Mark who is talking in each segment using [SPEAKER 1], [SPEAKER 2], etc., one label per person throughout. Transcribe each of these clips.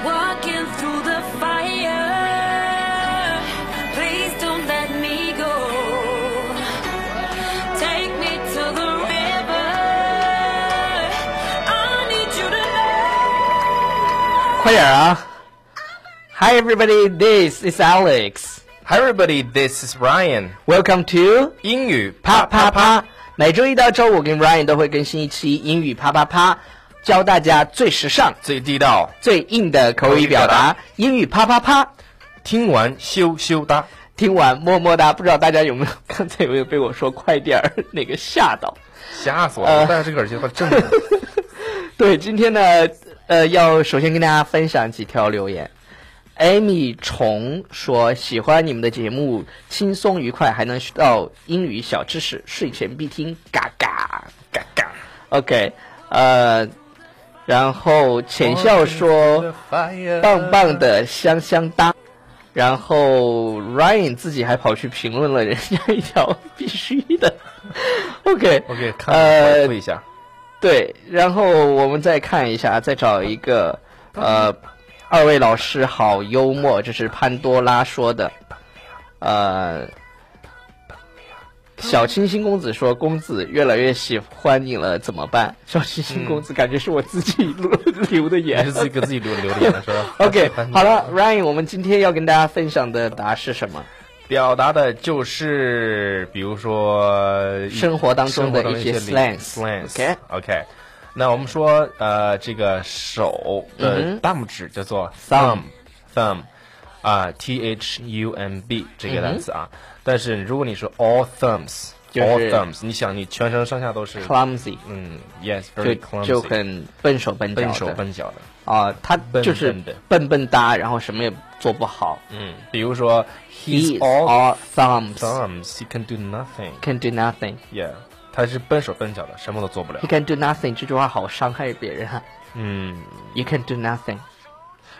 [SPEAKER 1] strength through the fire. Please don't let me go. Take me to the river. I need you to know.
[SPEAKER 2] 快点啊！Hi everybody, this is Alex.
[SPEAKER 3] Hi everybody, this is Ryan。
[SPEAKER 2] Welcome to
[SPEAKER 3] 英语啪
[SPEAKER 2] 啪
[SPEAKER 3] 啪
[SPEAKER 2] 啪
[SPEAKER 3] 啪
[SPEAKER 2] 啪。。每周一到周五，跟 Ryan 都会更新一期英语啪啪啪，教大家最时尚、
[SPEAKER 3] 最地道，
[SPEAKER 2] 最硬的口语表达。英语啪啪啪，
[SPEAKER 3] 听完羞羞哒。
[SPEAKER 2] 听完么么哒。不知道大家有没有刚才有没有被我说快点儿那个吓到？
[SPEAKER 3] 吓死我了！
[SPEAKER 2] 呃
[SPEAKER 3] 我戴着这个耳机，我真 的。
[SPEAKER 2] 对，今天呢，呃，要首先跟大家分享几条留言。Amy 虫说喜欢你们的节目，轻松愉快，还能学到英语小知识，睡前必听，嘎嘎。
[SPEAKER 3] 嘎嘎。
[SPEAKER 2] OK，呃，然后浅笑说棒棒。的，香香哒。然后 Ryan 自己还跑去评论了人家一条必须的。OK，
[SPEAKER 3] OK，看
[SPEAKER 2] 呃
[SPEAKER 3] 回复，一 下。
[SPEAKER 2] 对，然后我们再看一下，再找一个，呃，二位老师好幽默，这是潘多拉说的，呃，小清新公子说，公子越来越喜欢你了，怎么办？ 小清新公子感觉是我自己留留的
[SPEAKER 3] 也
[SPEAKER 2] 言
[SPEAKER 3] 是。自己给自己留留言了，是 吧
[SPEAKER 2] OK，好，
[SPEAKER 3] 嗯我喜欢
[SPEAKER 2] 了，Ryan，我们今天要跟大家分享的答是什么？
[SPEAKER 3] 你表达的就是，比如说
[SPEAKER 2] 生活当中的
[SPEAKER 3] 生活
[SPEAKER 2] 一
[SPEAKER 3] 些
[SPEAKER 2] 些 slangs，OK
[SPEAKER 3] slangs。OK，那我们说，呃，这个手的
[SPEAKER 2] 嗯哼
[SPEAKER 3] 大拇指叫做
[SPEAKER 2] Thumb
[SPEAKER 3] thumb，啊，t h u m b 这个单词啊。但是如果你说 all
[SPEAKER 2] 嗯就
[SPEAKER 3] thumbs，all
[SPEAKER 2] 是
[SPEAKER 3] thumbs，你想你全身上下都是，
[SPEAKER 2] clumsy，
[SPEAKER 3] 嗯，yes，very
[SPEAKER 2] 就就
[SPEAKER 3] clumsy，
[SPEAKER 2] 很笨手笨脚
[SPEAKER 3] 笨
[SPEAKER 2] 的。
[SPEAKER 3] 手笨脚的。
[SPEAKER 2] 啊，他
[SPEAKER 3] 笨
[SPEAKER 2] 就是
[SPEAKER 3] 笨的
[SPEAKER 2] 笨笨哒，然后什么也做不好。
[SPEAKER 3] 嗯，比如说
[SPEAKER 2] He
[SPEAKER 3] he's
[SPEAKER 2] is
[SPEAKER 3] all
[SPEAKER 2] all thumbs,
[SPEAKER 3] thumbs，he can do nothing。
[SPEAKER 2] can do nothing.
[SPEAKER 3] Yeah，他是笨手笨脚的，什么都做不了
[SPEAKER 2] He。can do nothing 这句话好伤害别人啊。
[SPEAKER 3] 嗯，
[SPEAKER 2] You can do nothing.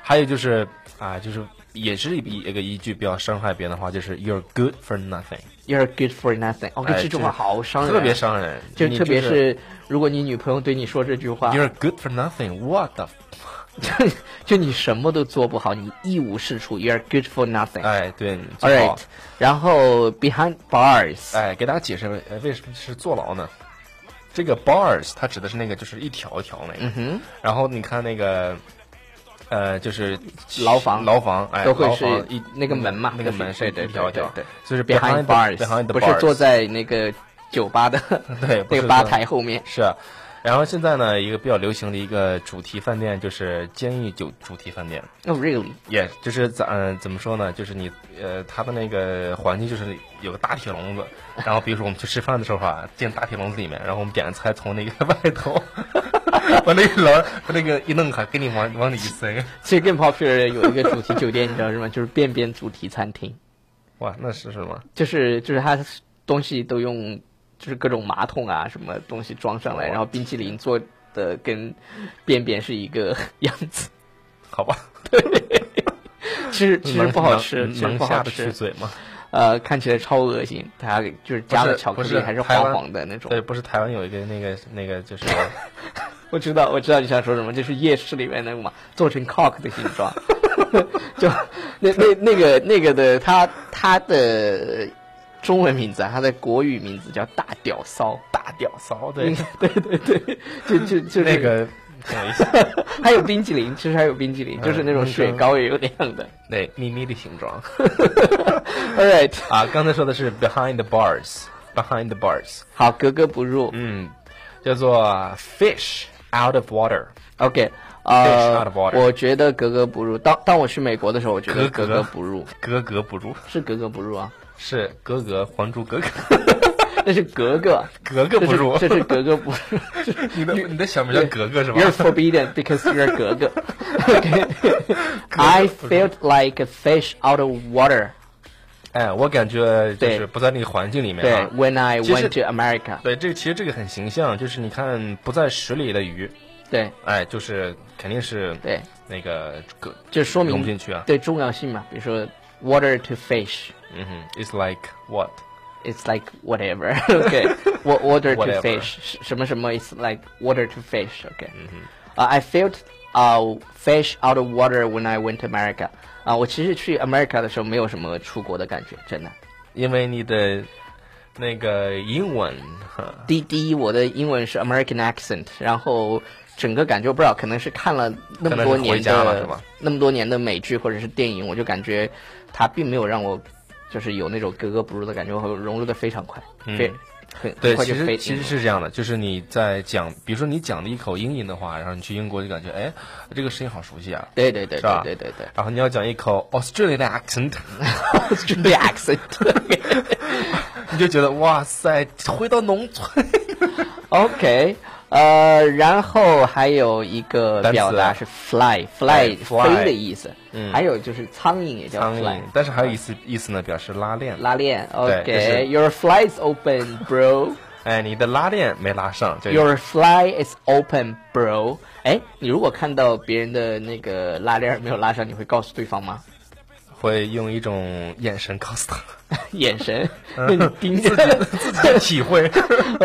[SPEAKER 3] 还有就是啊，就是也是一一个一句比较伤害别人的话，就是 You're good for nothing。
[SPEAKER 2] You're good for nothing. OK，、
[SPEAKER 3] 哎
[SPEAKER 2] 这句话好伤人啊，
[SPEAKER 3] 特别伤人，
[SPEAKER 2] 就
[SPEAKER 3] 你
[SPEAKER 2] 特别
[SPEAKER 3] 是
[SPEAKER 2] 是啊如果你女朋友对你说这句话，
[SPEAKER 3] You're good for nothing，what the？
[SPEAKER 2] 就 就你什么都做不好，你一无是处。You're good for nothing.
[SPEAKER 3] 哎，对
[SPEAKER 2] All
[SPEAKER 3] 坐牢
[SPEAKER 2] right，然后 behind bars，、
[SPEAKER 3] 哎，给大家解释为哎为什么是坐牢呢？这个 bars 它指的是那个就是一条一条那个，
[SPEAKER 2] 嗯哼，
[SPEAKER 3] 然后你看那个，呃，就是
[SPEAKER 2] 牢房
[SPEAKER 3] 牢房，哎，
[SPEAKER 2] 都会
[SPEAKER 3] 牢
[SPEAKER 2] 是
[SPEAKER 3] 房一
[SPEAKER 2] 那个门嘛
[SPEAKER 3] 那个
[SPEAKER 2] 就是
[SPEAKER 3] 门是
[SPEAKER 2] 对对
[SPEAKER 3] 一条一条
[SPEAKER 2] 对对对，
[SPEAKER 3] 就是
[SPEAKER 2] behind
[SPEAKER 3] the-
[SPEAKER 2] bars，
[SPEAKER 3] behind the
[SPEAKER 2] 不是
[SPEAKER 3] bars
[SPEAKER 2] 坐在那个酒吧的
[SPEAKER 3] 对 不
[SPEAKER 2] 那
[SPEAKER 3] 是
[SPEAKER 2] 个吧
[SPEAKER 3] 坐
[SPEAKER 2] 台后面。
[SPEAKER 3] 是啊。然后现在呢，一个比较流行的一个主题饭店就是监狱酒主题饭店，
[SPEAKER 2] Oh really？
[SPEAKER 3] 也、就是咱、呃怎么说呢？就是你呃，它的那个环境就是有个大铁 笼子，然后比如说我们去吃饭的时候啊，进大铁笼子里面，然后我们点的菜从那个外头 把那个笼把那个一弄开，给你往往里一塞，
[SPEAKER 2] 其实更 popular 的有一个主题酒店，你知道是吗？就是便便主题餐厅，
[SPEAKER 3] 哇，那是什么？
[SPEAKER 2] 就是就是它东西都用就是各种马桶啊什么东西装上来，
[SPEAKER 3] 哦
[SPEAKER 2] 然后冰淇淋做的跟便便是一个 样子，
[SPEAKER 3] 好吧，
[SPEAKER 2] 其实其实
[SPEAKER 3] 能
[SPEAKER 2] 不好
[SPEAKER 3] 能
[SPEAKER 2] 吃，其实
[SPEAKER 3] 能
[SPEAKER 2] 不好
[SPEAKER 3] 下得去
[SPEAKER 2] 吃，
[SPEAKER 3] 嘴吗？
[SPEAKER 2] 呃，看起来超恶心，它就是加了巧克
[SPEAKER 3] 不
[SPEAKER 2] 力
[SPEAKER 3] 是
[SPEAKER 2] 还是
[SPEAKER 3] 台湾
[SPEAKER 2] 黄黄的那种
[SPEAKER 3] 对，。不是台湾有一个那个那个 就是
[SPEAKER 2] 我知道我知道你想说什么，就是夜市里面那个嘛，做成 cock 的形状， 就那那那个那个的，它它的中文名字啊，它的国语名字叫大屌骚。
[SPEAKER 3] 大屌骚，对
[SPEAKER 2] 嗯， 对对对，就就就是
[SPEAKER 3] 那，个挺有意思，
[SPEAKER 2] 还有冰激凌，其实还有冰激凌，就是那种
[SPEAKER 3] 嗯
[SPEAKER 2] 雪糕也有那样的。
[SPEAKER 3] 对咪咪的形状
[SPEAKER 2] All right，
[SPEAKER 3] 啊。刚才说的是 behind the bars，behind the bars，
[SPEAKER 2] 好，格格不入。
[SPEAKER 3] 嗯，叫做 fish out of water，
[SPEAKER 2] OK，
[SPEAKER 3] Fish
[SPEAKER 2] 呃
[SPEAKER 3] out of，water
[SPEAKER 2] 我觉得格格不入。当当我去美国的时候，我觉得
[SPEAKER 3] 格格
[SPEAKER 2] 格格不入，
[SPEAKER 3] 格格不入，
[SPEAKER 2] 是格格不入啊，
[SPEAKER 3] 是格格，还珠格格，
[SPEAKER 2] 那是格格，
[SPEAKER 3] 格格不入。
[SPEAKER 2] 这是这是格格不入。
[SPEAKER 3] 你的你的小名叫格格是吧
[SPEAKER 2] You're forbidden because you're 格 格。OK，I
[SPEAKER 3] 不入
[SPEAKER 2] felt like a fish out of water
[SPEAKER 3] 哎，我感觉就
[SPEAKER 2] 对
[SPEAKER 3] 是不在那个环境里面
[SPEAKER 2] 对。
[SPEAKER 3] 啊。
[SPEAKER 2] When I
[SPEAKER 3] 其实
[SPEAKER 2] went to America，
[SPEAKER 3] 对，这个其实这个很形象，就是你看不在水里的鱼，
[SPEAKER 2] 对
[SPEAKER 3] 哎，就是肯定是
[SPEAKER 2] 对，
[SPEAKER 3] 那个格
[SPEAKER 2] 就说
[SPEAKER 3] 融
[SPEAKER 2] 明
[SPEAKER 3] 不进去啊。
[SPEAKER 2] 对重要性嘛，比如说 water to fish。
[SPEAKER 3] 嗯哼，It's like what？
[SPEAKER 2] It's like whatever. Okay, Wa- water to
[SPEAKER 3] Whatever. Mm-hmm。
[SPEAKER 2] fish 什什么什么 is like water to fish. Okay, 啊、I felt out fish out of water when I went to America。啊，我其实去 America 的时候没有什么出国的感觉，真的。
[SPEAKER 3] 因为你的那个英文，哈
[SPEAKER 2] 第第一，我的英文是 American accent，然后整个感觉我不知道，可能是看了那么多年
[SPEAKER 3] 可能是回家了是
[SPEAKER 2] 的
[SPEAKER 3] 吧
[SPEAKER 2] 那么多年的美剧或者是电影，我就感觉它并没有让我就是有那种格格不入的感觉，我融入的非常快，
[SPEAKER 3] 嗯
[SPEAKER 2] 非很很，
[SPEAKER 3] 对
[SPEAKER 2] 快
[SPEAKER 3] 其
[SPEAKER 2] 就嗯
[SPEAKER 3] 实
[SPEAKER 2] 飞
[SPEAKER 3] 其实
[SPEAKER 2] 进
[SPEAKER 3] 是这样的，就是你在讲，比如说你讲了一口英音的话，然后你去英国就感觉，哎，这个声音好熟悉啊。
[SPEAKER 2] 对对对
[SPEAKER 3] 是吧
[SPEAKER 2] 对对对对
[SPEAKER 3] 然后你要讲一口 Australian accent，
[SPEAKER 2] ，Australian accent。
[SPEAKER 3] 你就觉得哇塞，回到 农村。
[SPEAKER 2] OK，呃，然后还有一个
[SPEAKER 3] 单词啊
[SPEAKER 2] 表达是 fly，fly
[SPEAKER 3] 哎，fly
[SPEAKER 2] 飞的意思，
[SPEAKER 3] 嗯
[SPEAKER 2] 还有就是苍蝇也叫
[SPEAKER 3] 苍
[SPEAKER 2] fly
[SPEAKER 3] 蝇。，嗯但是还有一次意思呢，表示拉链。
[SPEAKER 2] 拉链
[SPEAKER 3] 对就是
[SPEAKER 2] ，OK，your fly is open, bro.
[SPEAKER 3] 哎，你的拉链没拉上，就
[SPEAKER 2] Your fly is open, bro. 哎，你如果看到别人的那个拉链没有拉上，你会告诉对方吗？
[SPEAKER 3] 会用一种眼神告诉他，
[SPEAKER 2] 眼神，那
[SPEAKER 3] 嗯
[SPEAKER 2] 你盯着。
[SPEAKER 3] 自己 体会。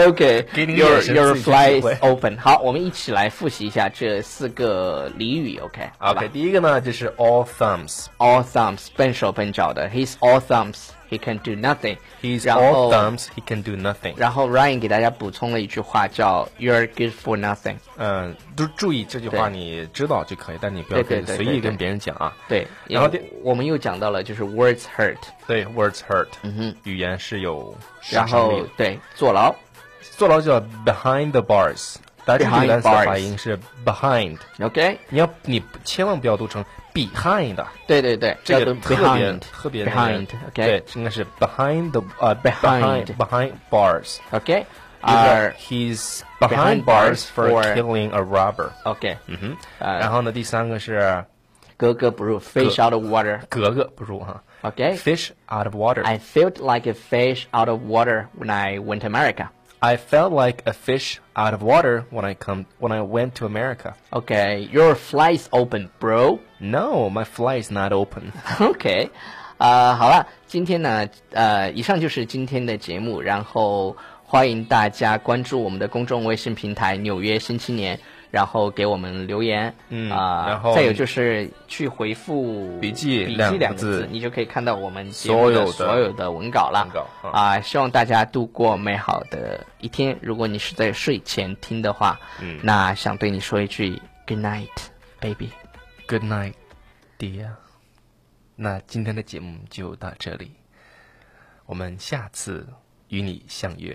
[SPEAKER 2] OK，
[SPEAKER 3] 给你
[SPEAKER 2] your
[SPEAKER 3] 眼神
[SPEAKER 2] your
[SPEAKER 3] 自己去
[SPEAKER 2] fly
[SPEAKER 3] 体会
[SPEAKER 2] is open。好，我们一起来复习一下这四个俚语。OK，好吧
[SPEAKER 3] OK，第一个呢就是 all thumbs，
[SPEAKER 2] all thumbs，笨手笨脚的。He's all thumbs. He can do nothing.
[SPEAKER 3] he's
[SPEAKER 2] 然
[SPEAKER 3] all
[SPEAKER 2] 后
[SPEAKER 3] thumbs, he can do nothing。
[SPEAKER 2] 然后 Ryan 给大家补充了一句话，叫 "You're good for nothing"。
[SPEAKER 3] 嗯，就注意这句话，
[SPEAKER 2] 对
[SPEAKER 3] 你知道就可以，但你不
[SPEAKER 2] 对
[SPEAKER 3] 要
[SPEAKER 2] 对
[SPEAKER 3] 跟
[SPEAKER 2] 对
[SPEAKER 3] 随
[SPEAKER 2] 对
[SPEAKER 3] 意
[SPEAKER 2] 对
[SPEAKER 3] 跟别人讲啊。
[SPEAKER 2] 对，
[SPEAKER 3] 然后
[SPEAKER 2] 因为
[SPEAKER 3] 第
[SPEAKER 2] 我们又讲到了就是 words hurt，
[SPEAKER 3] 对，words hurt，
[SPEAKER 2] 哼
[SPEAKER 3] 语言是有杀
[SPEAKER 2] 然
[SPEAKER 3] 伤力
[SPEAKER 2] 后
[SPEAKER 3] 的。
[SPEAKER 2] 对坐牢，
[SPEAKER 3] 坐牢叫 behind the bars，大家注意这
[SPEAKER 2] Behind
[SPEAKER 3] 个单词
[SPEAKER 2] bars
[SPEAKER 3] 的发音是 behind，
[SPEAKER 2] OK，
[SPEAKER 3] 你要你千万不要读成 behind，
[SPEAKER 2] 对对对，
[SPEAKER 3] 这
[SPEAKER 2] 叫
[SPEAKER 3] 个
[SPEAKER 2] 做
[SPEAKER 3] 特别
[SPEAKER 2] behind
[SPEAKER 3] 特别那个
[SPEAKER 2] behind
[SPEAKER 3] 对
[SPEAKER 2] OK，
[SPEAKER 3] 应该是 behind the 呃
[SPEAKER 2] Behind
[SPEAKER 3] behind bars。
[SPEAKER 2] OK，
[SPEAKER 3] Either
[SPEAKER 2] 而
[SPEAKER 3] he's
[SPEAKER 2] behind
[SPEAKER 3] behind bars
[SPEAKER 2] bars
[SPEAKER 3] for
[SPEAKER 2] or- Uh。
[SPEAKER 3] killing a robber。
[SPEAKER 2] OK，
[SPEAKER 3] 嗯哼，
[SPEAKER 2] 呃
[SPEAKER 3] 然后呢，第三个是
[SPEAKER 2] 格格不入，fish out of water。
[SPEAKER 3] 格格不入哈。
[SPEAKER 2] OK，
[SPEAKER 3] Fish out of water.
[SPEAKER 2] I felt like a fish out of water when I went to America。
[SPEAKER 3] I felt like a fish out of water when I come when I went to America.
[SPEAKER 2] OK，your fly is open, bro。
[SPEAKER 3] No, my fly is not open.
[SPEAKER 2] OK，呃，好了，今天呢，呃，以上就是今天的节目，然后欢迎大家关注我们的公众微信平台《纽约新青年》，然后给我们留言，
[SPEAKER 3] 嗯
[SPEAKER 2] 啊、
[SPEAKER 3] 然后
[SPEAKER 2] 再有就是去回复
[SPEAKER 3] 笔记
[SPEAKER 2] 笔
[SPEAKER 3] 两
[SPEAKER 2] 记
[SPEAKER 3] 个
[SPEAKER 2] 两个
[SPEAKER 3] 字
[SPEAKER 2] 字，你就可以看到我们节目
[SPEAKER 3] 所有
[SPEAKER 2] 的
[SPEAKER 3] 的
[SPEAKER 2] 所有的文稿了
[SPEAKER 3] 文稿嗯
[SPEAKER 2] 啊、希望大家度过美好的一天。如果你是在睡前听的话，
[SPEAKER 3] 嗯
[SPEAKER 2] 那想对你说一句 Good night, baby。
[SPEAKER 3] Good night, dear. 那今天的节目就到这里，我们下次与你相约。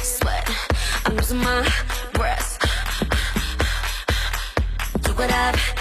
[SPEAKER 1] sweat. I'm losing my breath. Look what I've